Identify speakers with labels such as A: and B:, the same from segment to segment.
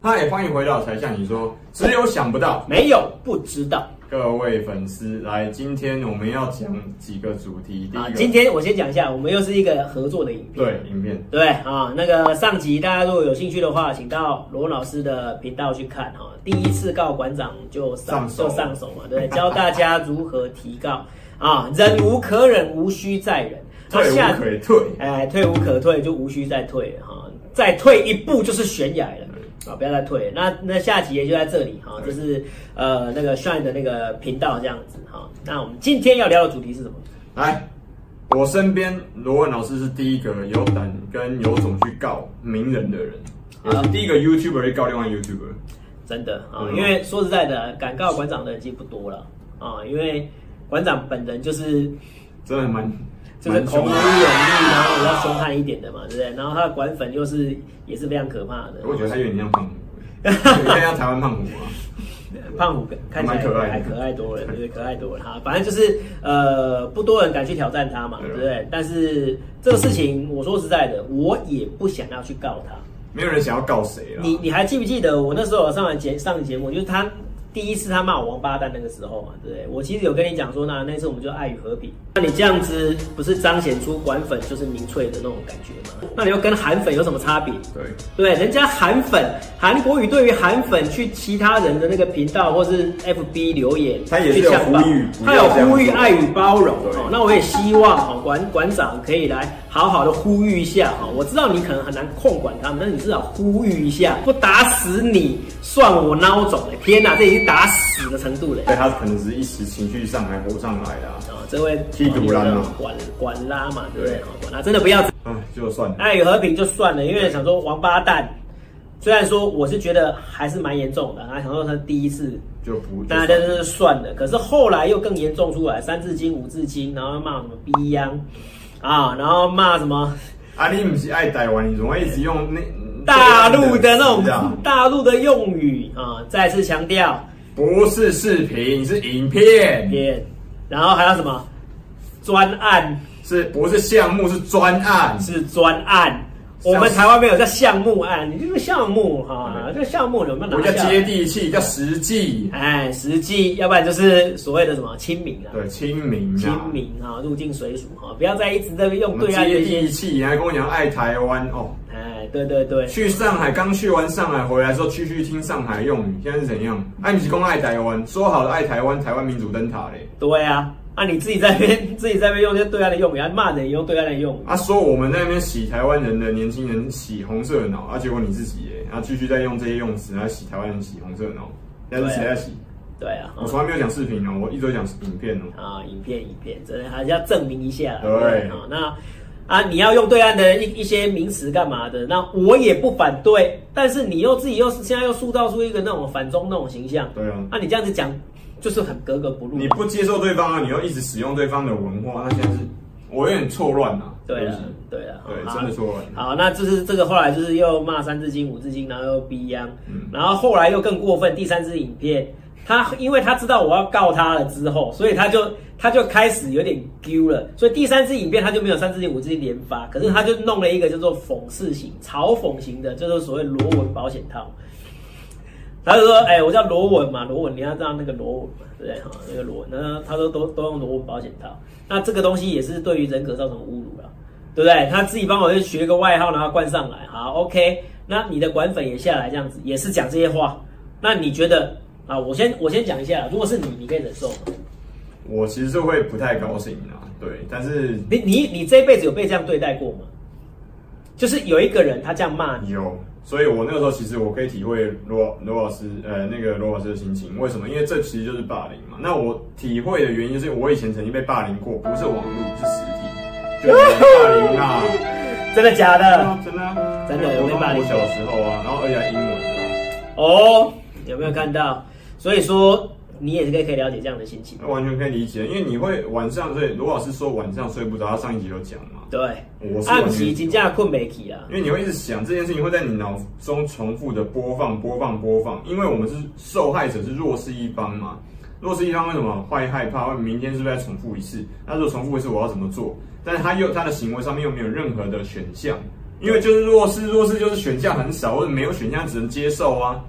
A: 哪里翻译回到才像你说，只有想不到。
B: 没有不知道
A: 各位粉丝，来，今天我们要讲几个主题。第一
B: 啊
A: 个，。
B: 今天我先讲一下，我们又是一个合作的影片，
A: 对影片，
B: 对啊，那个上集大家如果有兴趣的话，请到罗文老师的频道去看哈、第一次告馆长就上
A: 上手
B: 就上手嘛，对， 教大家如何提告啊，忍无可忍，无需再忍。 那
A: 退
B: 下
A: 无可退。
B: 哎，退无可退，就无需再退了哈，再退一步就是悬崖了啊！不要再退了。那那下集也就在这里哈，这是呃那个 Shine 的那个频道这样子哈。那我们今天要聊的主题是什么？
A: 来，我身边罗文老师是第一个有胆跟有种去告名人的人，也是第一个 YouTuber 去告另外 YouTuber。
B: 真的啊，
A: 嗯
B: 因为说实在的，敢告馆长的人其实不多了啊，因为馆长本人就是
A: 真的蛮
B: 就是
A: 蛮
B: 孔
A: 凶
B: 武有力，
A: 的。
B: 然后比较凶悍一点的嘛，对不对？然后他的馆粉又是也是非常可怕的。
A: 我觉得他有点像胖虎，啊有点像台湾胖虎 啊。
B: 胖虎看起来
A: 蛮可爱的
B: 还可爱多了，对，可爱多了哈。反正就是呃，不多人敢去挑战他嘛，
A: 对
B: 对
A: 啊
B: 不对？但是这个事情，我说实在的，我也不想要去告他。
A: 没有人想要告谁啊啦。
B: 你你还记不记得我那时候有上完节上节目，就是他第一次他骂我王八蛋那个时候嘛，对不对？我其实有跟你讲说，那那次我们就爱与和平。那你这样子不是彰显出管粉就是民粹的那种感觉吗？那你又跟韩粉有什么差别？
A: 对，
B: 对，人家韩粉，韩国语对于韩粉去其他人的那个频道或是 FB 留言，
A: 他也是
B: 去
A: 有
B: 呛爆
A: 呼吁不
B: 他
A: 要
B: 有
A: 这样
B: 呼吁
A: 做
B: 爱与包容。
A: 对
B: 哦，那我也希望哦，馆馆长可以来好好的呼吁一下哦。我知道你可能很难控管他们，但是你至少呼吁一下，不打死你算我孬种了。天哪，这已经打死的程度了。
A: 对他可能只是一时情绪上来火上来的、啊，
B: 哦，这位
A: 踢足篮嘛
B: 管管拉嘛，对不对？
A: 对
B: 哦管拉真的不要
A: 哎，就算了。
B: 爱与和平就算了，因为想说王八蛋，虽然说我是觉得还是蛮严重的，啊，想说他第一次，
A: 就不，
B: 大家就是算了。可是后来又更严重出来，三字经、五字经，然后骂什么逼样啊，然后骂什么
A: 啊，你不是爱台湾，你怎么会一直用那
B: 大陆的那
A: 这样
B: 种大陆的用语啊，再次强调，
A: 不是视频，是影片，
B: 也，然后还有什么专案
A: 是不是项目是专案？
B: 是专案。我们台湾没有叫项目案，你这个项目哈、啊，这个项目有没有
A: 我
B: 拿
A: 叫
B: 下来？
A: 接地气，叫实际。
B: 哎，实际，要不然就是所谓的什么亲民啊，
A: 对，亲民啊，
B: 亲，民啊，入境随俗啊，不要再一直在那边
A: 我
B: 用
A: 们
B: 对岸啊
A: 接
B: 这些
A: 地。气，你还跟我讲爱台湾哦。
B: 哎，对对对，
A: 去上海，刚去完上海回来之后，区区听上海用语，现在是怎样？爱你是公爱台湾，说好的爱台湾，台湾民主灯塔嘞？
B: 对啊，啊你自己在那边 自己在那边用这些对岸的用语，啊骂人也用对岸的用语，
A: 啊，说我们在那边洗台湾人的年轻人洗红色的脑，啊，结果你自己耶，然后继续再用这些用词来洗台湾人洗红色的脑，但是谁在洗？
B: 对啊，
A: 我从来没有讲视频哦，我一直都讲影片哦。
B: 啊，影片影片，真的还是要证明一下啦，
A: 对
B: 不啊，那啊你要用对岸的一一些名词干嘛的？那我也不反对，但是你又自己又现在又塑造出一个那种反中那种形象，
A: 对啊，
B: 啊你这样子讲就是很格格不入嘛，
A: 你不接受对方啊，你又一直使用对方的文化，那现在是我有点错乱啊。
B: 对
A: 不
B: 了
A: 起，
B: 对了，
A: 对，
B: 好
A: 真的错乱。
B: 好，那就是这个后来就是又骂三字经、五字经，然后又逼央，
A: 嗯
B: 然后后来又更过分，第三支影片，他因为他知道我要告他了之后，所以他就他就开始有点丢了，所以第三支影片他就没有三字经、五字经连发，可是他就弄了一个叫做讽刺型、嘲讽型的，就是所谓罗文保险套。他就说：“哎、我叫罗文嘛，罗文，你要知道那个罗文嘛，对不对？哈，那个罗文，那他说都都用罗文保险套，那这个东西也是对于人格造成侮辱了，对不对？他自己帮我去学个外号，然后冠上来，好，OK。那你的管粉也下来这样子，也是讲这些话，那你觉得啊？我先我先讲一下啦，如果是你，你可以忍受吗？
A: 我其实会不太高兴啊，对，但是
B: 你你你这一辈子有被这样对待过吗？就是有一个人他这样骂你，
A: 有，所以我那个时候其实我可以体会罗罗老师呃那个罗老师的心情，为什么？因为这其实就是霸凌嘛。那我体会的原因是我以前曾经被霸凌过，不是网络是实体，就是霸凌 啦，
B: 真的假的？
A: 真的啊
B: 真的有被霸凌
A: 我小时候啊，然后而且还英文啊的，
B: 哦，有没有看到？所以说你也是可以可以了解这样的心情，
A: 那完全可以理解，因为你会晚上，所以罗老师说晚上睡不着，他上一集有讲嘛，
B: 对。
A: 我是
B: 暗
A: 完
B: 时
A: 全
B: 真正困袂去啊。
A: 因为你会一直想这件事情会在你脑中重复的播放、播放、播放，因为我们是受害者，是弱势一方嘛。弱势一方为什么会害怕？会明天是不是再重复一次？那如果重复一次，我要怎么做？但是他又他的行为上面又没有任何的选项，因为就是弱势，弱势就是选项很少，或者没有选项，只能接受啊。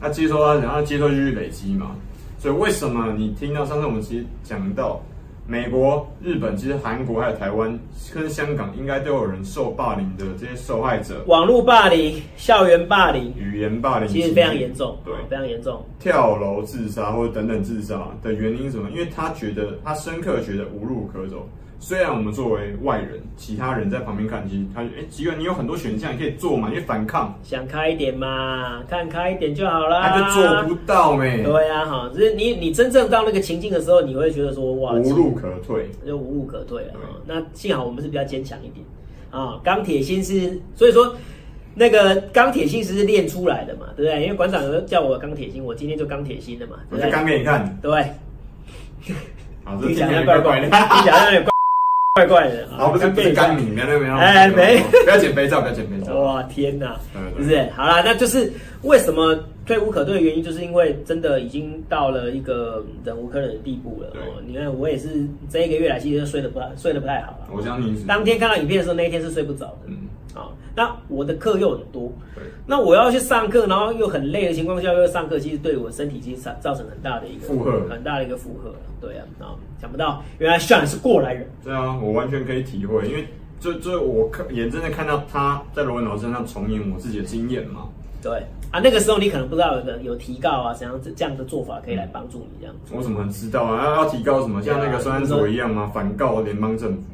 A: 那接受啊，然后接受就去累积嘛。所以为什么你听到上次我们其实讲到美国、日本，其实韩国还有台湾跟香港，应该都有人受霸凌的这些受害者，
B: 网络霸凌、校园霸凌，
A: 语言霸凌
B: 其实非常严重，
A: 对，
B: 非常严重。
A: 跳楼自杀或者等等自杀的原因是什么？因为他觉得他深刻地觉得无路可走。虽然我们作为外人，其他人在旁边看，其实他哎、诶奇怪，你有很多选项，你可以做嘛，你可以反抗，
B: 想开一点嘛，看开一点就好啦。
A: 他啊就做不到没、
B: 对呀、哈，就是你你真正到那个情境的时候，你会觉得说哇，
A: 无路可退。
B: 就无路可退了啊
A: 对。
B: 那幸好我们是比较坚强一点啊。钢铁心是，所以说那个钢铁心是练出来的嘛，对不对？因为馆长有叫我钢铁心，我今天就钢铁心了嘛，
A: 我
B: 对不
A: 就
B: 对？
A: 刚给你看，
B: 对，
A: 好，这
B: 你
A: 听起
B: 讲
A: 来怪
B: 的怪
A: 怪
B: 怪的，
A: 的
B: 你。讲的有点 怪怪怪的
A: 好，不是不是干你，没有没有没有，
B: 哎没
A: 哦
B: 哦
A: 不要减肥照，不要减肥照。
B: 哇天哪，
A: 对
B: 是
A: 对
B: 不是？好啦，那就是为什么退无可退的原因，就是因为真的已经到了一个忍无可忍的地步了。
A: 对
B: 哦，你看我也是这一个月来，其实睡得不太睡得不太好了。
A: 我相信你是
B: 当天看到影片的时候，那一天是睡不着的。
A: 嗯，
B: 啊，那我的课又很多，
A: 对，
B: 那我要去上课，然后又很累的情况下又上课，其实对我身体其实造造成很大的一个
A: 负荷
B: 很大的一个负荷。对啊，啊，想不到原来炫是过来人，
A: 对啊，我完全可以体会，因为就就我看眼睁睁看到他在罗文老师身上重演我自己的经验嘛。
B: 对啊，那个时候你可能不知道有个有提告啊，怎样这这样的做法可以来帮助你这样子。
A: 我怎么知道啊？要要提高什么？像那个孙安佐一样吗？反告联邦政府，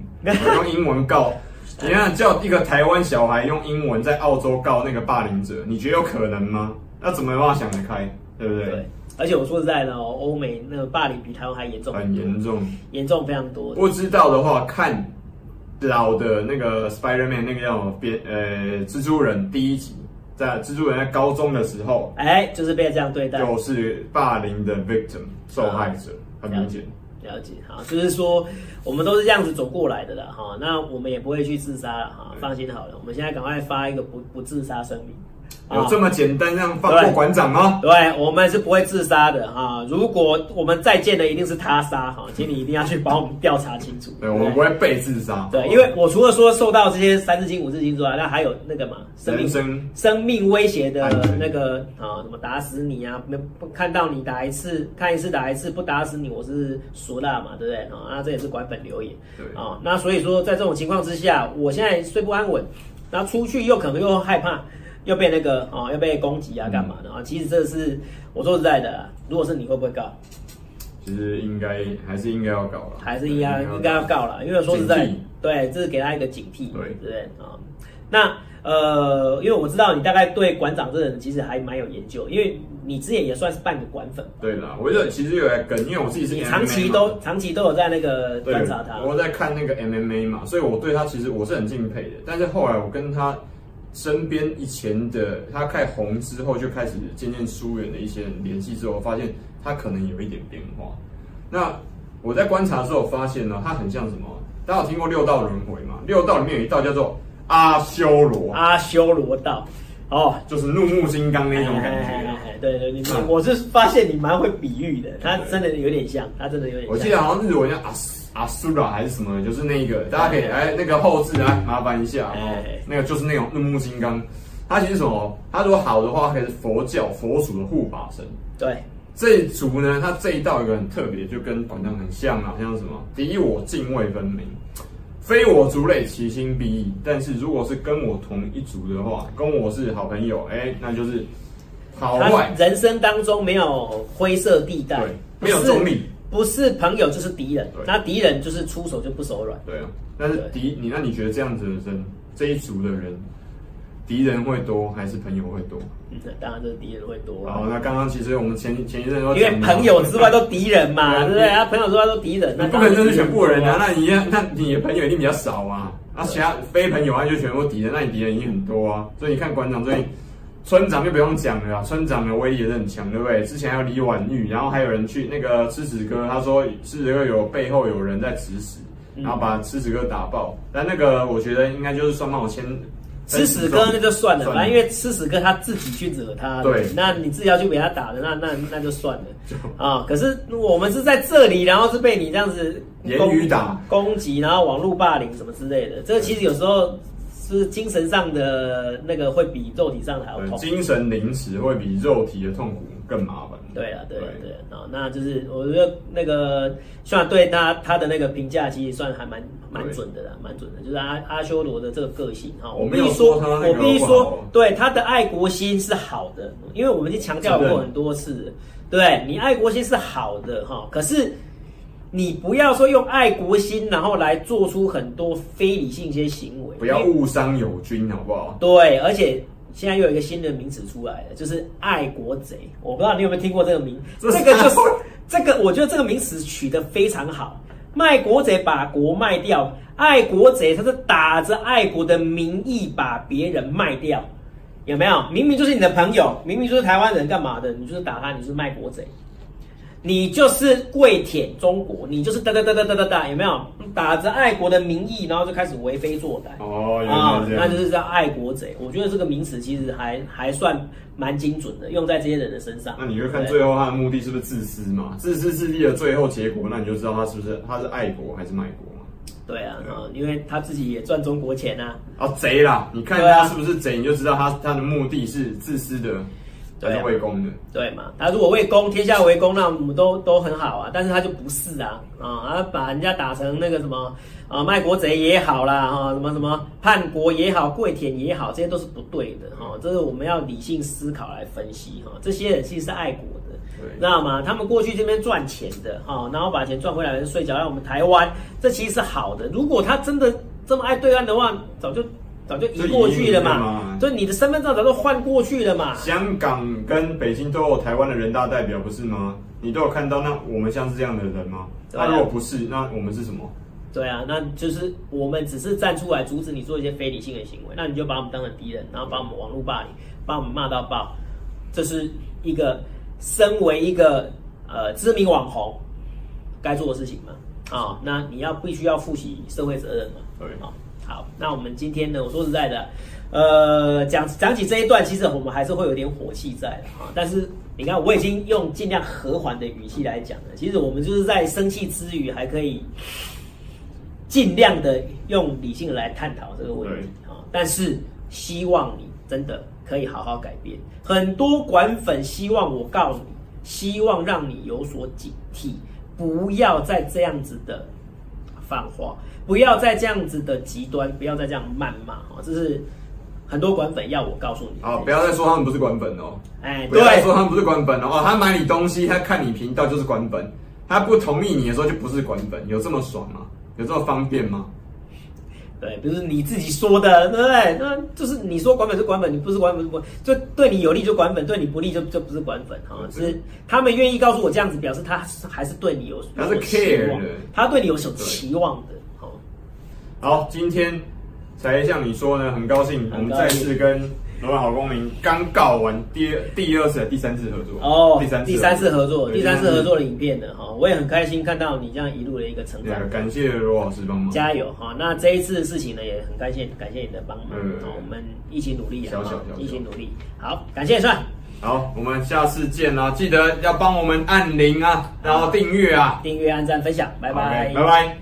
A: 用英文告。你看，叫一个台湾小孩用英文在澳洲告那个霸凌者，你觉得有可能吗？那怎么有办法想得开？对不对？
B: 对，而且我说实在的哦，欧美那个霸凌比台湾还严重，
A: 很严重。
B: 严重非常多。
A: 不知道的话，看老的那个 Spider-Man 那个叫什么编呃蜘蛛人第一集，在蜘蛛人在高中的时候
B: 哎，就是被这样对待。
A: 就是霸凌的 victim 受害者，很明显。
B: 了解，好，就是说我们都是这样子走过来的啦，哈，那我们也不会去自杀了，哈，
A: 对
B: 放心好了，我们现在赶快发一个不不自杀声明，
A: 有这么简单让放过
B: 啊对
A: 馆长吗？
B: 对我们是不会自杀的哈，如果我们再见的一定是他杀哈，请你一定要去帮我们调查清楚，
A: 对，我们不会被自杀。
B: 对，因为我除了说受到这些三字经、五字经之外，那还有那个嘛，生
A: 人
B: 命
A: 生
B: 生命威胁的
A: 安全
B: 那个啊，什么打死你啊，没不看到你打一次，看一次打一次，不打死你我是俗辣嘛，对不对啊？那这也是管粉留言
A: 对
B: 啊。那所以说，在这种情况之下，我现在睡不安稳，然后出去又可能又害怕。又被那个啊、又被攻击啊，干嘛的啊？其实这是我说实在的啦，如果是你会不会告？
A: 其实应该还是应该要搞了，
B: 还是应该应该
A: 搞
B: 要告了，因为说实在
A: 警惕，
B: 对，这是给他一个警惕，
A: 对
B: 对不对啊？那呃，因为我知道你大概对馆长这人其实还蛮有研究，因为你之前也算是半个馆粉，
A: 对啦，我就其实有在跟，因为我自己是
B: 你
A: MMA
B: 长期
A: 嘛
B: 都长期都有在那个
A: 对
B: 观察他，
A: 我在看那个 MMA 嘛，所以我对他其实我是很敬佩的。但是后来我跟他身边以前的他开始红之后，就开始渐渐疏远的一些人联系之后，我发现他可能有一点变化。那我在观察之后发现呢，他很像什么？大家有听过六道轮回嘛？六道里面有一道叫做阿修罗，
B: 阿修罗道，哦。
A: 就是怒目金刚那
B: 哎
A: 种感觉。
B: 哎哎哎对对，你我是发现你蛮会比喻的，他真的有点像，他真的有点像。
A: 我记得好像日文叫阿斯阿苏拉还是什么，就是那一个，大家可以哎那个后置来麻烦一下哦
B: 哎，
A: 那个就是那种怒目金刚，它其实是什么？它如果好的话，可以是佛教佛祖的护法神。
B: 对，
A: 这一族呢，它这一道有个很特别，就跟管长很像啊，像什么敌我泾渭分明，非我族类，其心必异。但是如果是跟我同一族的话，跟我是好朋友，哎，那就是好
B: 他
A: 坏，
B: 人生当中没有灰色地带
A: 对，没有
B: 不是
A: 中立。
B: 不是朋友就是敌人
A: 对，
B: 那敌人就是出手就不手软。
A: 对啊，但是敌你那你觉得这样子的人，这一组的人，敌人会多还是朋友会多？
B: 嗯，当然就是敌人会多
A: 好，
B: 啊，
A: 那刚刚其实我们前前一阵都
B: 因为
A: 讲到
B: 朋友之外都敌人嘛，
A: 对
B: 对不对？啊，朋友之外都敌人，
A: 你
B: 那
A: 不可能认
B: 当然
A: 识全部人啊，
B: 敌
A: 那你那你的朋友一定比较少啊，啊，其他非朋友啊就全部敌人，那你敌人已经很多啊，所以你看馆长最近。村长就不用讲了啊，村长的威力也是很强，对不对？之前还有李婉玉，然后还有人去那个狮子哥，他说狮子哥有背后有人在指使，
B: 嗯
A: 然后把狮子哥打爆。但那个我觉得应该就是双方有签
B: 吃屎哥那就算了，
A: 算了
B: 反正因为吃屎哥他自己去惹他的，
A: 对
B: 那你自己要去给他打的，那那那就算了啊。可是我们是在这里，然后是被你这样子
A: 言
B: 攻
A: 语打
B: 攻击，然后网络霸凌什么之类的，这个其实有时候是精神上的那个会比肉体上的还要
A: 呃
B: 痛。
A: 精神凌迟会比肉体的痛苦更麻烦。
B: 对啊，对啊，对啊，好，那就是我觉得那个虽然对他他的那个评价其实算还蛮蛮准的啦，蛮准的，就是阿阿修罗的这个个性哈，
A: 我
B: 必
A: 没有
B: 须
A: 说
B: 说，
A: 他那个
B: 我必须
A: 不好
B: 说，对他的爱国心是好的，因为我们已经强调
A: 是的
B: 过很多次了，对你爱国心是好的哈，可是。你不要说用爱国心，然后来做出很多非理性一些行为。
A: 不要
B: 因为
A: 误伤友军，好不好？
B: 对，而且现在又有一个新的名词出来了，就是爱国贼。我不知道你有没有听过这个名，
A: 这
B: 这
A: 是
B: 个就是这个，我觉得这个名词取得非常好。卖国贼把国卖掉，爱国贼他是打着爱国的名义把别人卖掉，有没有？明明就是你的朋友，明明就是台湾人，干嘛的？你就是打他，你就是卖国贼。你就是跪舔中国，你就是哒哒哒哒哒哒哒，有没有？打着爱国的名义，然后就开始为非作歹。
A: 哦，原
B: 啊、
A: 来这
B: 那
A: 样。
B: 就是叫爱国贼。我觉得这个名词其实还还算蛮精准的，用在这些人的身上。
A: 那你就看
B: 对
A: 最后他的目的是不是自私嘛？自私自利的最后结果，那你就知道他是不是他是爱国还是卖国嘛？
B: 对啊
A: 对啊
B: 啊因为他自己也赚中国钱啊。
A: 啊，贼啦！你看
B: 对啊
A: 他是不是贼，你就知道他他的目的是自私的，
B: 对
A: 还
B: 啊
A: 是为公的。
B: 对嘛？他如果为公，天下为公，那我们都都很好啊。但是他就不是啊，啊，他把人家打成那个什么啊，卖国贼也好啦，啊，什么什么叛国也好，跪舔也好，这些都是不对的哈、啊。这是我们要理性思考来分析哈、啊。这些人其实是爱国的。
A: 对
B: 知道吗？他们过去这边赚钱的哈、然后把钱赚回来睡觉，让我们台湾，这其实是好的。如果他真的这么爱对岸的话，早就早就移
A: 就移
B: 过去了
A: 民了
B: 嘛
A: 嘛，
B: 就你的身份证早就换过去了嘛。
A: 香港跟北京都有台湾的人大代表，不是吗？你都有看到，那我们像是这样的人吗？
B: 对啊
A: 那如果不是，那我们是什么？
B: 对啊，那就是我们只是站出来阻止你做一些非理性的行为，那你就把我们当成敌人，然后把我们网络霸凌，把我们骂到爆，这是一个身为一个呃知名网红该做的事情嘛？啊、那你要必须要负起社会责任嘛？
A: 对
B: 好、好，那我们今天呢，我说实在的，呃，讲讲起这一段，其实我们还是会有点火气在的啊。但是你看，我已经用尽量和缓的语气来讲了。其实我们就是在生气之余，还可以尽量的用理性来探讨这个问题啊。但是希望你真的可以好好改变。很多管粉希望我告你，希望让你有所警惕，不要再这样子的放话，不要再这样子的极端，不要再这样谩骂啊！这是很多管粉要我告诉你的
A: 啊，不要再说他们不是官本哦。
B: 哎，
A: 不
B: 对
A: 要再说他们不是官本哦，哦他买你东西，他看你频道就是官本，他不同意你的时候就不是官本，有这么爽吗？有这么方便吗？
B: 对，不是你自己说的，对不对？那就是你说管粉是管粉，你不是管粉是不管，就对你有利就管粉，对你不利就就不是管粉哈。只是他们愿意告诉我这样子，表示他还是对你有
A: 他是
B: 有所期
A: care
B: 望
A: 的
B: 他对你有所期望的。哦，
A: 好，今天才像你说呢，很高兴，我
B: 很
A: 们
B: 高兴
A: 再次跟罗马好公民刚告完第二第二次还是第三次合作
B: 哦，
A: 第三次
B: 第三次合作，
A: 对
B: 第三次合作的影片的哈，我也很开心看到你这样一路的一个成
A: 对
B: 长。
A: 感谢罗老师帮忙，
B: 加油哈！那这一次的事情呢，也很感谢感谢你的帮忙，
A: 嗯
B: 哦我们一起努力，
A: 小小
B: 好不好
A: 小小
B: 一起努力。好，感谢帅，
A: 好，我们下次见啦，记得要帮我们按铃啊，然后订阅啊，
B: 订阅、按赞、分享，拜
A: 好，OK，拜拜。